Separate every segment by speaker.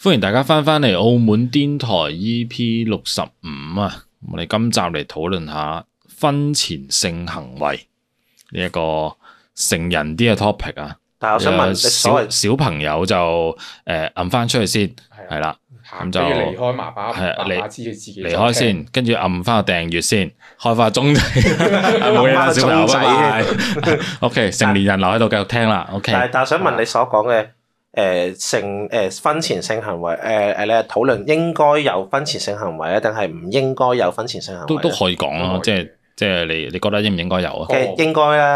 Speaker 1: 歡迎大家翻返嚟澳門癲台 EP 六十五啊！我哋今集嚟討論下婚前性行為呢一個成人啲嘅 topic 啊。
Speaker 2: 但係我想問，你所
Speaker 1: 小
Speaker 2: 謂
Speaker 1: 小朋友就誒揞翻出去先，
Speaker 3: 係
Speaker 1: 係
Speaker 3: 啊，
Speaker 1: 啦，咁
Speaker 3: 行
Speaker 1: 就
Speaker 3: 跟住離開麻爸，
Speaker 1: 係啊
Speaker 3: 爸
Speaker 1: 離
Speaker 3: 爸知佢自己
Speaker 1: 離開先，跟住揞翻個訂閱先，開翻 鐘仔，啊冇嘢啦，小朋友，拜拜。OK，成 年人留喺度繼續聽啦。OK，
Speaker 2: 但係但係想問你所講嘅誒性誒婚前性行為誒誒，你係討論應該有婚前性行為啊咧，定係唔應該有婚前性行為啊
Speaker 1: 都
Speaker 2: 呢？
Speaker 1: 都可以講咯，即係
Speaker 3: 係
Speaker 1: 即係你你覺得應唔應該有啊？
Speaker 2: 嘅應該啦，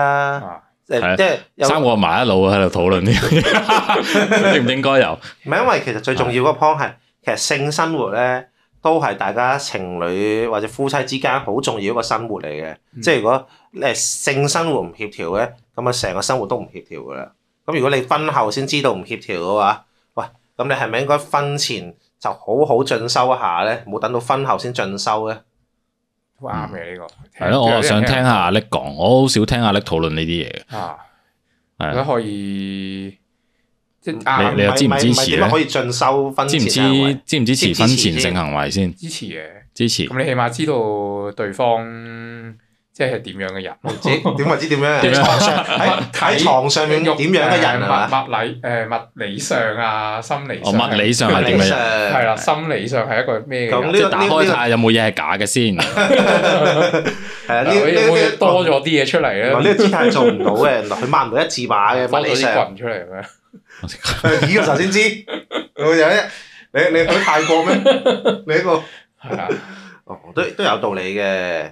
Speaker 3: 啊，
Speaker 1: 係啊
Speaker 2: 誒即係有
Speaker 1: 三個埋一路喺度討論呢樣嘢， 應唔應該有？
Speaker 2: 唔係因為其實最重要嗰個 point 係其實性生活咧都係大家情侶或者夫妻之間好重要一個生活嚟嘅。
Speaker 3: 嗯
Speaker 2: 即係如果誒性生活唔協調咧，咁啊成個生活都唔協調噶啦。咁如果你婚後先知道唔協調嘅話，喂，咁你係咪應該婚前就好好進修一下咧？唔好等到婚後先進修咧。
Speaker 3: 都啱嘅呢個。
Speaker 1: 係咯，啊我
Speaker 3: 有
Speaker 1: 又
Speaker 3: 啲
Speaker 1: 想
Speaker 3: 人
Speaker 1: 聽下阿力講，我好少聽阿力討論呢啲嘢嘅。
Speaker 3: 啊，
Speaker 1: 係
Speaker 3: 都可以即係
Speaker 1: 你
Speaker 3: 啱
Speaker 1: 嗯你又
Speaker 2: 咪
Speaker 1: 支唔支持
Speaker 2: 咪咪點
Speaker 1: 咧
Speaker 2: 樣可以進修婚
Speaker 1: 支
Speaker 2: 前啊
Speaker 1: 唔
Speaker 2: 性行為
Speaker 1: 支支唔支
Speaker 2: 支唔支
Speaker 1: 持
Speaker 2: 持
Speaker 1: 婚前
Speaker 2: 先
Speaker 1: 性行為先？
Speaker 3: 支持嘅。
Speaker 1: 支持。
Speaker 3: 咁你起碼知道對方即係點樣嘅人，
Speaker 2: 唔知點為之點 樣？
Speaker 1: 點
Speaker 2: 喺
Speaker 1: 樣
Speaker 2: 床上喺喺床上面點樣嘅人啊係嘛？
Speaker 3: 誒物物理誒物理上啊，心理
Speaker 1: 我
Speaker 3: 上
Speaker 1: 物理上係點嘅
Speaker 2: 理
Speaker 1: 人？
Speaker 2: 上
Speaker 3: 係啦，心理上係一個咩嘅
Speaker 2: 咁呢
Speaker 3: 人？
Speaker 1: 即
Speaker 2: 個
Speaker 1: 係打開睇有冇嘢係假嘅 先。
Speaker 2: 係啊，呢
Speaker 3: 有
Speaker 2: 呢
Speaker 3: 冇
Speaker 2: 呢
Speaker 3: 嘢多咗啲嘢出嚟咧？
Speaker 2: 嗱呢個姿態做唔到嘅，原來佢掹唔到一字馬嘅，
Speaker 3: 多
Speaker 2: 物理
Speaker 3: 咗
Speaker 2: 上
Speaker 3: 啲。棍出嚟咩？
Speaker 2: 咦？我頭先知， 我有一你你去泰國咩？ 你一個
Speaker 3: 係啊，
Speaker 2: 哦，都都有道理嘅，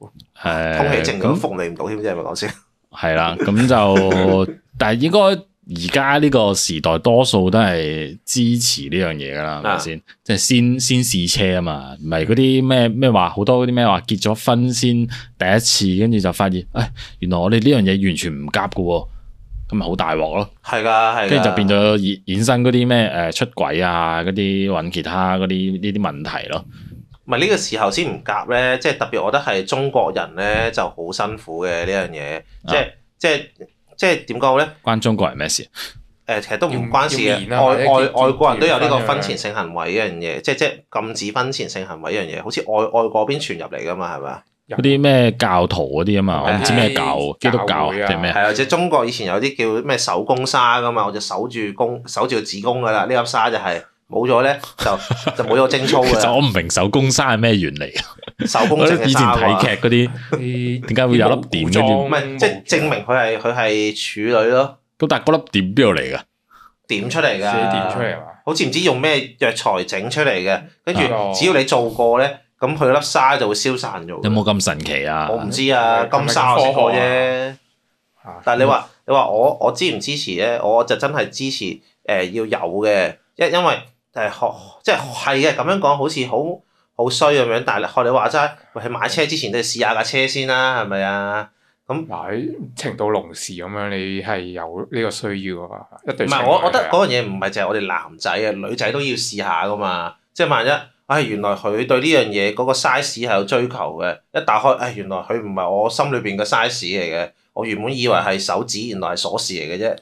Speaker 2: 通氣
Speaker 1: 誒，
Speaker 2: 症咁
Speaker 1: 咁
Speaker 2: 服你唔到添，啫係咪講 先？
Speaker 1: 係啦，咁就但係應該而家呢個時代多數都係支持呢樣嘢㗎啦，
Speaker 3: 啊
Speaker 1: 係咪先？即係先先試車啊嘛，唔係嗰啲咩咩話好多嗰啲咩話結咗婚先第一次，跟住就發現，誒原來我哋呢樣嘢完全唔夾㗎喎，咁咪好大鑊咯。
Speaker 2: 係㗎，係㗎。
Speaker 1: 跟住就變咗衍衍生嗰啲咩誒出軌啊，嗰啲揾其他嗰啲呢啲問題咯。
Speaker 2: 唔係呢個時候先唔夾咧，即係特別我覺得係中國人咧就好辛苦嘅呢樣嘢，即
Speaker 1: 啊
Speaker 2: 係即係即係點講咧？
Speaker 1: 關中國人咩事？
Speaker 2: 誒，呃其實都唔關事
Speaker 3: 要
Speaker 2: 嘅，
Speaker 3: 面啊
Speaker 2: 外
Speaker 3: 或者結
Speaker 2: 外
Speaker 3: 結
Speaker 2: 外國人都有呢個
Speaker 3: 結婚咁樣
Speaker 2: 婚前性行為呢樣嘢，即係即係禁止婚前性行為呢樣嘢，好似外外國嗰邊傳入嚟㗎嘛，係咪啊？
Speaker 1: 嗰啲咩教徒嗰啲啊嘛，我唔知咩教，
Speaker 3: 係
Speaker 1: 基督教
Speaker 3: 教
Speaker 1: 啊
Speaker 3: 會
Speaker 1: 定
Speaker 3: 啊
Speaker 1: 係咩？
Speaker 2: 係啊，即係中國以前有啲叫咩手工沙噶嘛，我就守住公守住個子宮噶啦，呢粒沙就係冇咗咧 就就冇咗貞操
Speaker 1: 其
Speaker 2: 噶
Speaker 1: 實
Speaker 2: 啦，
Speaker 1: 我唔明手工沙係咩原理。
Speaker 2: 手啊工
Speaker 1: 我
Speaker 2: 整
Speaker 1: 覺得
Speaker 2: 嘅啊
Speaker 1: 以前
Speaker 2: 沙
Speaker 1: 睇
Speaker 2: 喎。
Speaker 1: 劇嗰啲
Speaker 3: 啲
Speaker 1: 點解會有粒點跟
Speaker 2: 唔
Speaker 1: 住？
Speaker 2: 係，即係證明佢係佢係處女咯，
Speaker 1: 咁但係嗰粒點邊度嚟㗎？
Speaker 2: 點出嚟
Speaker 3: 自己
Speaker 2: 㗎，
Speaker 3: 點出，嚟嘛？
Speaker 2: 好似唔知用咩藥材整出嚟嘅，跟住
Speaker 3: 啊
Speaker 2: 只要你做過咧，咁佢粒沙就會消散咗㗎。
Speaker 1: 有冇咁神奇啊？
Speaker 2: 我唔知啊，
Speaker 3: 係咪
Speaker 2: 金沙我食過
Speaker 3: 科學
Speaker 2: 啫。
Speaker 3: 啊
Speaker 2: 但係你話你話我我支唔支持咧？我就真係支持誒、呃要有嘅，因因為誒學即係係嘅咁樣講，好似好好衰咁樣。但係學你話齋，喂，買車之前都要試下架車先啦，係咪啊？
Speaker 3: 嗱，喺程度龍時咁樣，你係有呢個需要啊嘛？一
Speaker 2: 唔
Speaker 3: 對情侶
Speaker 2: 係，
Speaker 3: 啊
Speaker 2: 我我覺得嗰樣嘢唔係淨係我哋男仔啊，女仔都要試下噶嘛。即係萬一，唉，原來佢對呢樣嘢嗰個 size 係有追求嘅，一打開，唉，原來佢唔係我心裏邊嘅 size 嚟嘅。我原本以為係手指，原來係鎖匙嚟嘅啫，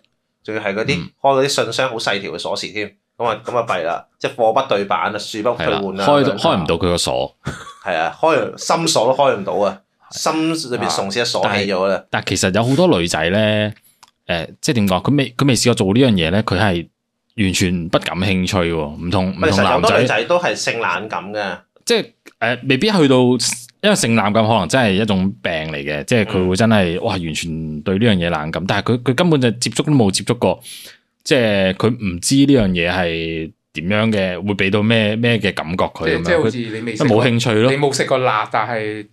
Speaker 2: 仲要係嗰啲
Speaker 1: 嗯
Speaker 2: 開嗰啲信箱好細條嘅鎖匙添。咁啊咁啊弊啦，即係貨不對版啊，樹不
Speaker 1: 係
Speaker 2: 對
Speaker 1: 啦，
Speaker 2: 換啊，
Speaker 1: 開
Speaker 2: 咁樣
Speaker 1: 開唔到佢個鎖。
Speaker 2: 係啊，開心鎖都開唔到啊，心裏邊從此一鎖起咗啦。
Speaker 1: 但係其實有好多女仔咧，誒、即係點講？佢未佢未試過做呢樣嘢咧，佢係完全不感興趣喎。唔同唔
Speaker 2: 唔係其
Speaker 1: 同
Speaker 2: 實有好
Speaker 1: 男
Speaker 2: 多女
Speaker 1: 仔，
Speaker 2: 仔都係性冷感嘅。
Speaker 1: 即係誒、呃未必去到，因為性冷感可能真係一種病嚟嘅，即係
Speaker 3: 嗯
Speaker 1: 佢會真係哇，完全對呢樣嘢冷感。但係佢佢根本就接觸都冇接觸過，即係佢唔知呢樣嘢係點樣嘅，會俾到咩咩嘅感覺佢咁
Speaker 3: 即即係
Speaker 1: 樣，
Speaker 3: 好
Speaker 1: 佢
Speaker 3: 似你未
Speaker 1: 即
Speaker 3: 食
Speaker 1: 係
Speaker 3: 過
Speaker 1: 冇興趣
Speaker 3: 你
Speaker 1: 咯。
Speaker 3: 冇食過辣，但係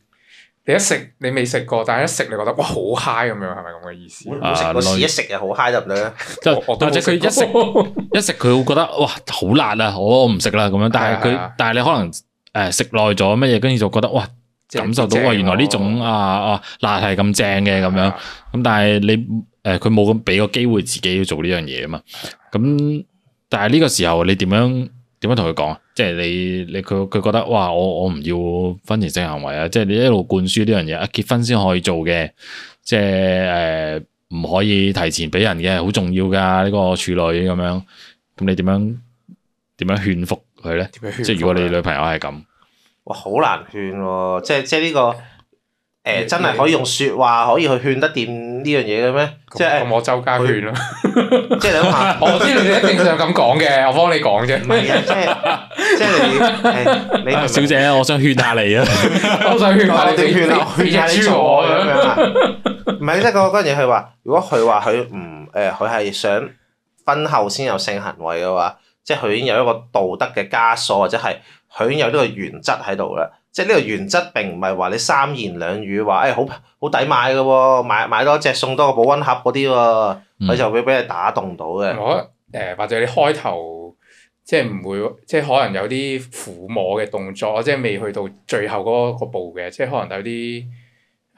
Speaker 3: 你一食你未食過，但係一食你覺得哇好 high 咁樣，係咪咁嘅意思？
Speaker 2: 冇食
Speaker 1: 啊
Speaker 2: 過試一食又好嗨入啦，
Speaker 1: 即係
Speaker 3: 我我都
Speaker 1: 或者
Speaker 3: 冇
Speaker 1: 佢一食
Speaker 3: 食過
Speaker 1: 一食佢會覺得哇好辣啊，我我唔食啦咁樣。但係
Speaker 3: 係啊係
Speaker 1: 佢
Speaker 3: 啊
Speaker 1: 但係你可能誒食耐咗乜嘢，跟住就覺得哇感受到
Speaker 3: 正
Speaker 1: 哇原來呢種啊啊辣係咁正嘅咁樣。咁但係你誒佢冇咁俾個機會自己要做呢樣嘢啊嘛。咁但係呢個時候你點樣點樣同佢講啊？即係你你佢佢覺得哇我我唔要婚前性行為啊！即係你一路灌輸呢樣嘢啊，結婚先可以做嘅，即係誒唔可以提前俾人嘅，好重要㗎呢個處女咁樣。咁你點樣點樣勸服佢咧？
Speaker 3: 點樣勸
Speaker 1: 即係如果
Speaker 3: 服
Speaker 1: 你
Speaker 3: 佢啊
Speaker 1: 女朋友係咁，
Speaker 2: 哇，好難勸喎！即係即係呢個
Speaker 3: 你
Speaker 2: 誒，真係可以用説話可以去勸得掂呢樣嘢嘅咩？
Speaker 3: 咁
Speaker 2: 即係
Speaker 3: 咁我周家勸啦。
Speaker 2: 即係你諗下，
Speaker 3: 我知你哋一定想咁講嘅，我幫你講啫
Speaker 2: 唔。係啊！即係即係你誒你明唔明
Speaker 1: 啊小姐，我想勸下你啊！
Speaker 3: 我想勸 下
Speaker 2: 我
Speaker 3: 你，
Speaker 2: 哋勸啊，勸下你
Speaker 3: 你
Speaker 2: 做
Speaker 3: 我
Speaker 2: 我咁樣啊！唔係即係嗰嗰樣嘢，佢話如果佢話佢唔誒，佢係想婚後先有性行為嘅話，即係佢已經有一個道德嘅枷鎖，或者係佢已經有呢個原則喺度啦。即係呢個原則並唔係話你三言兩語話誒好好抵買嘅喎，買買多隻送多個保温盒嗰啲喎，佢就會俾你打動到嘅。
Speaker 3: 我誒、或者你開頭即係唔會，即係可能有啲撫摸嘅動作，即係未去到最後嗰個步嘅，即係可能有啲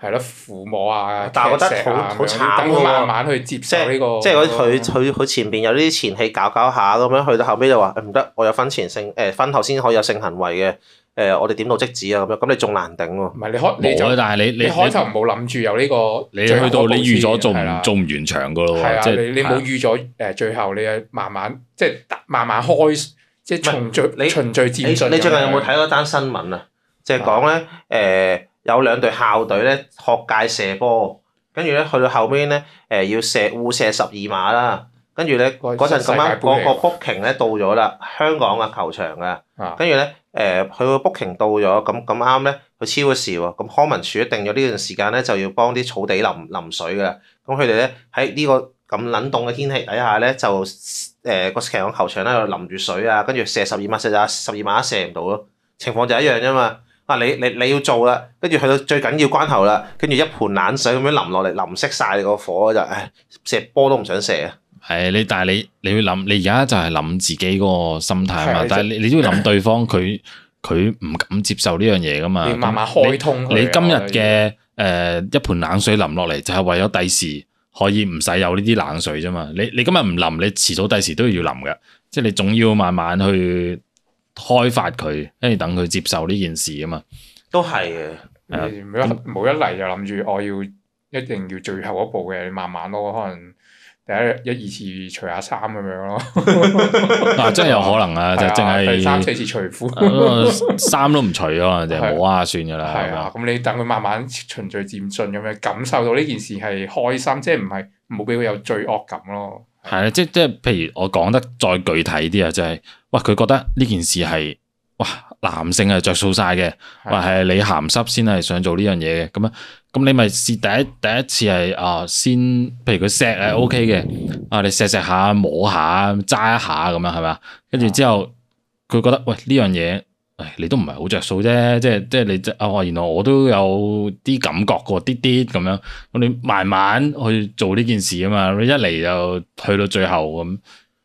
Speaker 3: 係咯撫摸啊、
Speaker 2: 哦但係我覺得
Speaker 3: 錫啊
Speaker 2: 好
Speaker 3: 咁樣
Speaker 2: 好慘
Speaker 3: 等
Speaker 2: 喎
Speaker 3: 佢慢慢去接受呢、個。
Speaker 2: 即係嗰啲佢佢佢前邊有啲前戲搞搞下咁樣，去到後尾就話誒唔得，我有婚前性誒婚後先可以有性行為嘅，誒、我哋點到即止啊咁樣，咁你仲難頂喎。
Speaker 3: 唔係你開你
Speaker 1: 冇
Speaker 3: 就
Speaker 1: 啊，但係你
Speaker 3: 你
Speaker 1: 你
Speaker 3: 開頭冇諗住有呢個
Speaker 1: 你你
Speaker 3: 最後
Speaker 1: 去到
Speaker 3: 嗰
Speaker 1: 你
Speaker 3: 個
Speaker 1: 預咗做
Speaker 3: 步先係啦
Speaker 1: 唔做唔完場噶咯
Speaker 3: 係
Speaker 1: 喎，
Speaker 3: 啊，
Speaker 1: 即係
Speaker 3: 你你冇預咗誒，最後你係慢慢即係慢慢開，即係從序
Speaker 2: 你
Speaker 3: 循序
Speaker 2: 你
Speaker 3: 漸
Speaker 2: 你
Speaker 3: 進。
Speaker 2: 最近有冇睇嗰單新聞啊？即係講咧，誒、有兩隊校隊咧學界射波，跟住咧去到後邊咧，誒、要射互射十二碼啦，跟住咧
Speaker 3: 嗰
Speaker 2: 嗰陣咁啱
Speaker 3: 世界盃嚟
Speaker 2: 嗰
Speaker 3: 㗎
Speaker 2: 個 booking 咧到咗啦，香港嘅球場啊，
Speaker 3: 啊
Speaker 2: 跟住咧誒佢個 booking 到咗，咁咁啱咧佢超咗時喎，咁康文署一定咗呢段時間咧就要幫啲草地淋淋水㗎啦，咁佢哋咧喺呢個。咁冷凍嘅天氣底下咧，就誒個成個球場咧又淋住水啊，跟住射十二碼射就十二碼都射唔到咯，情況就一樣啫嘛。啊，你你你要做啦，跟住去到最緊要關頭啦，跟住一盤冷水咁樣淋落嚟，淋熄晒你個火就，唉，射波都唔想射啊！
Speaker 1: 係你，但係你你要諗，你而家就係諗自己嗰個心態啊
Speaker 3: 係
Speaker 1: 嘛
Speaker 3: 啊，
Speaker 1: 但係你你都要諗對方佢佢唔敢接受呢樣嘢噶嘛，
Speaker 3: 你慢慢
Speaker 1: 咁你
Speaker 3: 開通佢啊
Speaker 1: 你今日
Speaker 3: 我覺得
Speaker 1: 嘅誒一盆冷水淋落嚟，就係為咗第時可以唔使有呢啲冷水啫嘛。你你今日唔淋，你遲早第時都要淋嘅，即係你總要慢慢去開發佢，跟住等佢接受呢件事啊嘛。
Speaker 2: 都係嘅，
Speaker 1: 係啊
Speaker 3: 你唔一冇一嚟就諗住我要一定要最後一步嘅，你慢慢咯，可能第一一二次除下衫咁樣咯，
Speaker 1: 啊，真係有可能啊，就
Speaker 3: 係啊
Speaker 1: 淨
Speaker 3: 第三四
Speaker 1: 係
Speaker 3: 次除褲，
Speaker 1: 呃衫都唔除啊，就冇啊，算噶啦。
Speaker 3: 係啊，咁你等佢慢慢循序漸進咁樣感受到呢件事係開心，即係唔係冇俾佢有罪惡感咯。
Speaker 1: 系啦，即即係譬如我講得再具體啲啊，就係哇，佢覺得呢件事係哇男性係着數晒嘅，
Speaker 3: 係
Speaker 1: 話係你鹹濕先係想做呢樣嘢嘅，咁樣咁你咪試第一第一次係啊先，譬如佢錫係 O K 嘅，啊你錫錫下摸下揸一下咁樣係咪啊？跟住之後佢覺得喂呢樣嘢。唉你都唔係好着數啫，即係即係你即啊，原來我都有啲感覺過啲啲咁樣，咁你慢慢去做呢件事啊嘛，你一嚟就去到最後咁，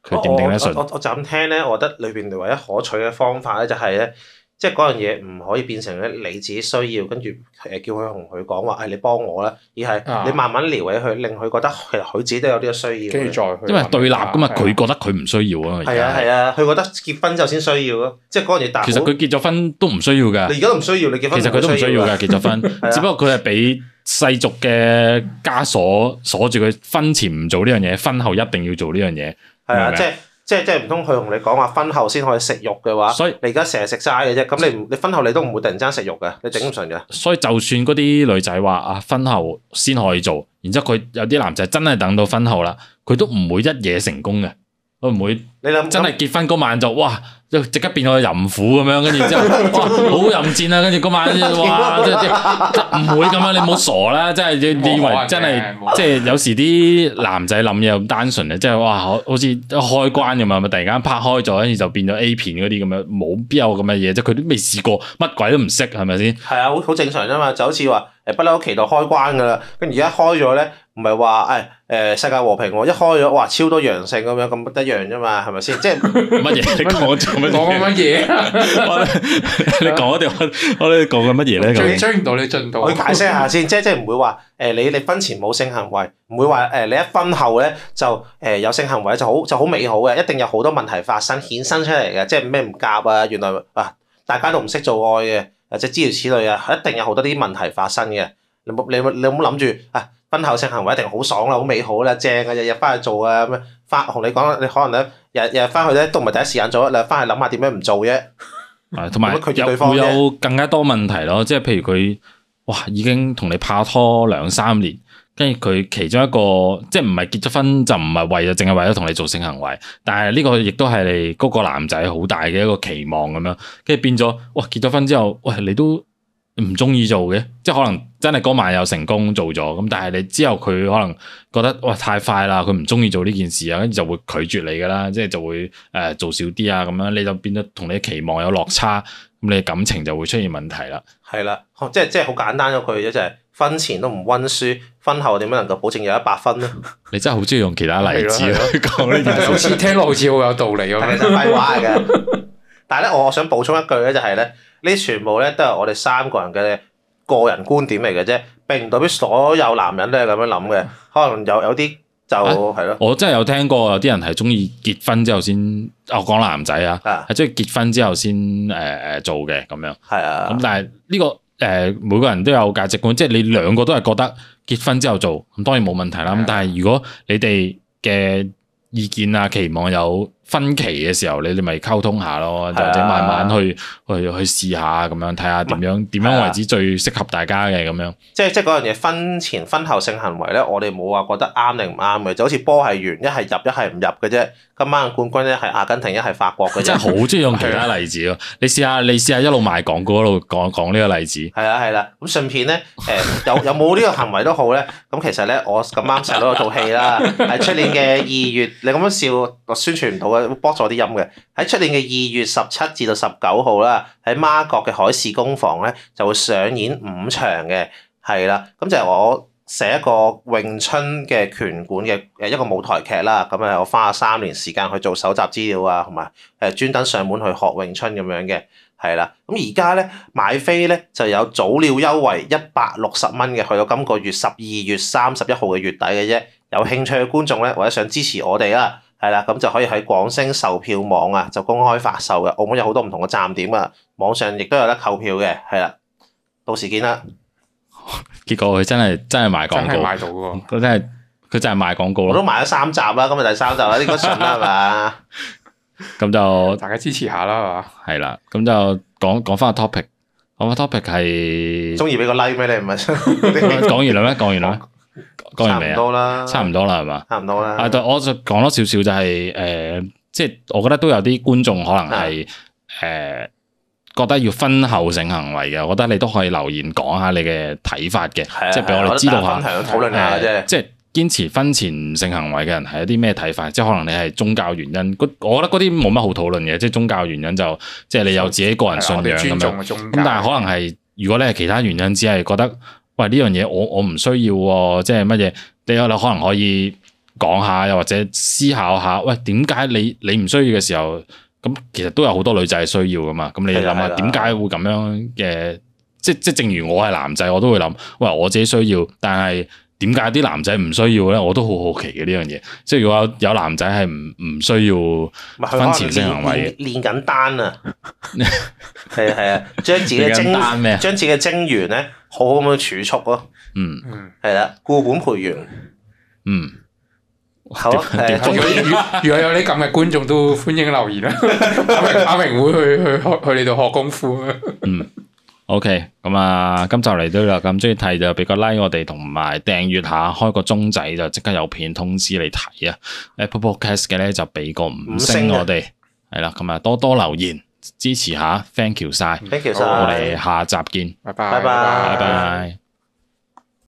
Speaker 1: 佢點頂得
Speaker 2: 哦我我
Speaker 1: 順？
Speaker 2: 我我就咁聽咧，我覺得裏邊唯一可取嘅方法咧，就係咧，即係嗰樣嘢唔可以變成咧你自己需要，跟住誒叫佢同佢講話，誒你幫我啦，而
Speaker 3: 啊
Speaker 2: 係你慢慢撩起佢，令佢覺得其實佢自己都有呢個需要
Speaker 3: 跟住
Speaker 2: 嘅。
Speaker 3: 再去諗下。
Speaker 1: 因為對立噶嘛，
Speaker 3: 係啊
Speaker 1: 佢覺得佢唔需要啊嘛，而
Speaker 2: 係啊
Speaker 1: 家
Speaker 2: 係啊，佢覺得結婚就先需要咯，即係嗰樣嘢。但係
Speaker 1: 其實
Speaker 2: 好
Speaker 1: 佢結咗婚都唔需要噶
Speaker 2: 啊你，而家都唔需要，你結婚
Speaker 1: 其實佢都唔需要
Speaker 2: 㗎
Speaker 1: 噶，結咗婚，
Speaker 2: 啊
Speaker 1: 只不過佢係俾世俗嘅枷鎖鎖住佢，婚前唔做呢樣嘢，婚後一定要做呢樣嘢，
Speaker 2: 係
Speaker 1: 明唔
Speaker 2: 啊，
Speaker 1: 明
Speaker 2: 即係即係即係唔通佢同你講話婚後先可以食肉嘅話，
Speaker 1: 所以
Speaker 2: 你而家成日食齋嘅啫，咁你唔你婚後你都唔會突然間食肉嘅，你頂唔順嘅。
Speaker 1: 所以就算嗰啲女仔話啊婚後先可以做，然之後佢有啲男仔真係等到婚後啦，佢都唔會一夜成功嘅，佢唔會。
Speaker 2: 你諗
Speaker 1: 真係結婚嗰晚就哇，就即刻變咗淫婦咁樣，跟住之後 哇好淫賤啊！跟住嗰晚哇，即係唔會咁樣，你唔好傻啦！真係你你以為真係
Speaker 3: 冇可能嘅冇可能
Speaker 1: 即係有時啲男仔諗嘢咁單純咧，即係哇好好似一開關咁啊，咪突然間拍開咗，跟住就變咗 A 片嗰啲咁樣，冇邊有咁嘅嘢啫？佢都未試過，乜鬼都唔識，係咪 先？
Speaker 2: 係啊，好好正常啫嘛，就好似話誒不嬲都期待開關㗎啦，跟住而家開咗咧，唔係話誒誒世界和平喎，一開咗哇超多陽性咁樣，咁一樣啫嘛，係咪先？即係
Speaker 1: 乜嘢？你講做乜
Speaker 3: 講緊
Speaker 1: 嘢？
Speaker 3: 乜嘢啊？
Speaker 1: 你講一我我哋講緊乜嘢咧？
Speaker 3: 追
Speaker 1: 咁
Speaker 3: 追唔到你進度。
Speaker 2: 我要解釋下先，即係即係唔會話誒你你婚前冇性行為，唔會話誒你一婚後咧就誒有性行為就好就好美好嘅，一定有好多問題發生衍生出嚟嘅，即係咩唔夾啊，原來啊大家都唔識做愛嘅，或者諸如此類啊，一定有好多啲問題發生嘅。你冇你冇你冇諗住啊婚後性行為一定好爽啦，好美好啦，正啊，日日翻去做啊咁樣。翻同你講，你可能咧日日翻去咧都唔係第一時間做，你翻去諗下點樣唔做啫。
Speaker 1: 啊，同埋
Speaker 2: 咁佢
Speaker 1: 有
Speaker 2: 對方
Speaker 1: 會
Speaker 2: 啫
Speaker 1: 有更加多問題咯，即係譬如佢哇已經同你拍拖兩三年，跟住佢其中一個即係唔係結咗婚就唔係為咗淨係為咗同你做性行為，但係呢個亦都係你嗰個男仔好大嘅一個期望咁樣，跟住變咗哇結咗婚之後，喂你都唔中意做嘅，即係可能真係嗰晚又成功做咗，咁但係你之後佢可能覺得哇太快啦，佢唔中意做呢件事啊，跟住就會拒絕你噶啦，即係就會誒、呃做少啲啊咁樣，你就變咗同你嘅期望有落差。咁你嘅感情就會出現問題 啦。
Speaker 2: 係啦，哦即係即係好簡單咗佢啫，就係婚前都唔温書，婚後點樣能夠保證有一百分咧？
Speaker 1: 你真係好中意用其他例子
Speaker 3: 係啊咯
Speaker 1: 去講呢 件
Speaker 3: 但係好似聽落好似好有道理
Speaker 1: 啊
Speaker 3: 咁
Speaker 2: 但
Speaker 3: 樣
Speaker 2: 其實廢話嚟嘅。 但係咧，我想補充一句咧，就係咧，呢全部咧都係我哋三個人嘅個人觀點嚟嘅啫，並唔代表所有男人都係咁樣諗嘅。可能有有啲就
Speaker 1: 啊
Speaker 2: 係咯，
Speaker 1: 我真係有聽過有啲人係中意結婚之後先，我講男仔啊，
Speaker 2: 啊
Speaker 1: 係中意結婚之後先誒誒做嘅咁樣。
Speaker 2: 係啊
Speaker 1: 咁，但係呢個誒每個人都有價值觀，即係你兩個都係覺得結婚之後做，咁當然冇問題啦。
Speaker 3: 係
Speaker 1: 咁
Speaker 3: 啊
Speaker 1: 但係如果你哋嘅意見啊、期望有分歧嘅時候，你哋咪溝通下咯，或
Speaker 2: 係啊
Speaker 1: 者慢慢去去去試下咁樣，睇下點樣點
Speaker 2: 係
Speaker 1: 樣
Speaker 2: 啊
Speaker 1: 為之最適合大家嘅咁 樣。
Speaker 2: 即係即係嗰樣嘢，婚前婚後性行為咧，我哋冇話覺得啱定唔啱嘅，就好似波係圓，一係入一係唔入嘅啫。今晚嘅冠軍咧係阿根廷，一係法啊國嘅
Speaker 1: 佢真係
Speaker 2: 啫。
Speaker 1: 好中意用其他例子咯。你試下，你試下一路賣廣告一路講講呢個例子。
Speaker 2: 係啦係啦，咁順便咧，誒、有 有冇呢個行為都好咧。咁其實咧，我咁啱細佬有套戲啦，喺出年嘅二月，你咁樣笑我宣傳唔到嘅，b 咗啲音嘅。喺出年嘅二月十七至到十九號啦，喺孖角嘅海事工房咧就會上演五場嘅，係啦。咁就係我寫一個詠春嘅拳館嘅誒一個舞台劇啦。咁啊，我花咗三年時間去做搜集資料啊，同埋誒專登上門去學詠春咁樣嘅。係啦，咁而家咧買飛咧就有早鳥優惠一百六十蚊嘅，去到今個月十二月三十一號嘅月底嘅啫。有興趣嘅觀眾咧，或者想支持我哋啦，係啦，咁就可以喺廣星售票網啊就公開發售嘅。澳門有好多唔同嘅站點啊，網上亦都有得購票嘅，係啦。到時見啦，
Speaker 1: 結果佢真係真係賣
Speaker 3: 真
Speaker 1: 廣
Speaker 3: 係
Speaker 1: 告，
Speaker 3: 買到喎。
Speaker 1: 佢真係佢真係賣廣告
Speaker 2: 我都
Speaker 1: 咯。
Speaker 2: 買咗三集啦，今日第三集啦，應該順啦 係嘛？
Speaker 1: 咁就
Speaker 3: 大家支持下啦，
Speaker 1: 係啦。咁就講講翻個 topic，講翻 topic 係
Speaker 2: 中意俾個 like 咩？你唔 係
Speaker 1: 講完啦咩？講完啦咩？講
Speaker 2: 差
Speaker 1: 完未
Speaker 2: 唔
Speaker 1: 啊？
Speaker 2: 多啦，
Speaker 1: 差唔多啦係嘛？
Speaker 2: 差唔多
Speaker 1: 啊，
Speaker 2: 啦，
Speaker 1: 但我就講多少少就係、呃即係我覺得都有啲觀眾可能
Speaker 2: 啊
Speaker 1: 係誒、呃、覺得要婚後性行為嘅，我覺得你都可以留言講下你嘅睇法嘅
Speaker 2: 係啊，
Speaker 1: 即係俾我
Speaker 2: 係啊
Speaker 1: 哋知道
Speaker 2: 大家
Speaker 1: 下。
Speaker 2: 分享討論下嘅啫
Speaker 1: 誒。即係堅持婚前性行為嘅人係有啲咩睇法？即係可能你係宗教原因，嗰我覺得嗰啲冇乜好討論嘅，即係宗教原因就即係你有自己個
Speaker 3: 係
Speaker 1: 人
Speaker 3: 啦
Speaker 1: 信
Speaker 3: 我
Speaker 1: 仰
Speaker 3: 哋
Speaker 1: 咁
Speaker 3: 尊
Speaker 1: 樣
Speaker 3: 重。嘅宗
Speaker 1: 咁
Speaker 3: 教。
Speaker 1: 但係可能係如果你係其他原因，只係覺得喂呢樣嘢我我唔需要喎、即係乜嘢？你有你可能可以講下，又或者思考下，喂點解你你唔需要嘅時候，咁其實都有好多女仔係需要噶嘛？咁你
Speaker 2: 係啦
Speaker 1: 諗下
Speaker 2: 係啦
Speaker 1: 點解會咁樣嘅？即即正如我係男仔，我都會諗，喂我自己需要，但係。點解啲男仔唔需要咧？我都好好奇嘅呢樣嘢。即係如果有有男仔係唔唔需要
Speaker 2: 唔係佢
Speaker 1: 婚
Speaker 2: 可能
Speaker 1: 前性行為
Speaker 2: 練練緊單啊， 係啊係啊，將自己嘅精
Speaker 1: 你咁單咩？
Speaker 2: 將自己嘅精元咧，好好咁樣儲蓄咯，
Speaker 1: 嗯
Speaker 3: 嗯，
Speaker 2: 係啦，固本培元，
Speaker 1: 嗯，
Speaker 2: 好啊誒，
Speaker 3: 如
Speaker 2: 中
Speaker 3: 果
Speaker 2: 意
Speaker 3: 如如果有啲咁嘅觀眾都歡迎留言啦。阿明阿明會去去學去你度學功夫。啊
Speaker 1: OK，咁啊，今集嚟到啦，咁中意睇就俾個 like 我哋，同埋訂閱下，開個鐘仔就即刻有片通知你睇啊。Apple Podcast 嘅咧就俾個五
Speaker 2: 五星
Speaker 1: 星
Speaker 2: 啊
Speaker 1: 我哋，係啦，咁啊多多留言支持下，thank you 晒，
Speaker 2: ，thank you
Speaker 1: 我
Speaker 2: 晒
Speaker 1: 哋。下集見，
Speaker 3: 拜
Speaker 2: 拜拜
Speaker 1: 拜拜。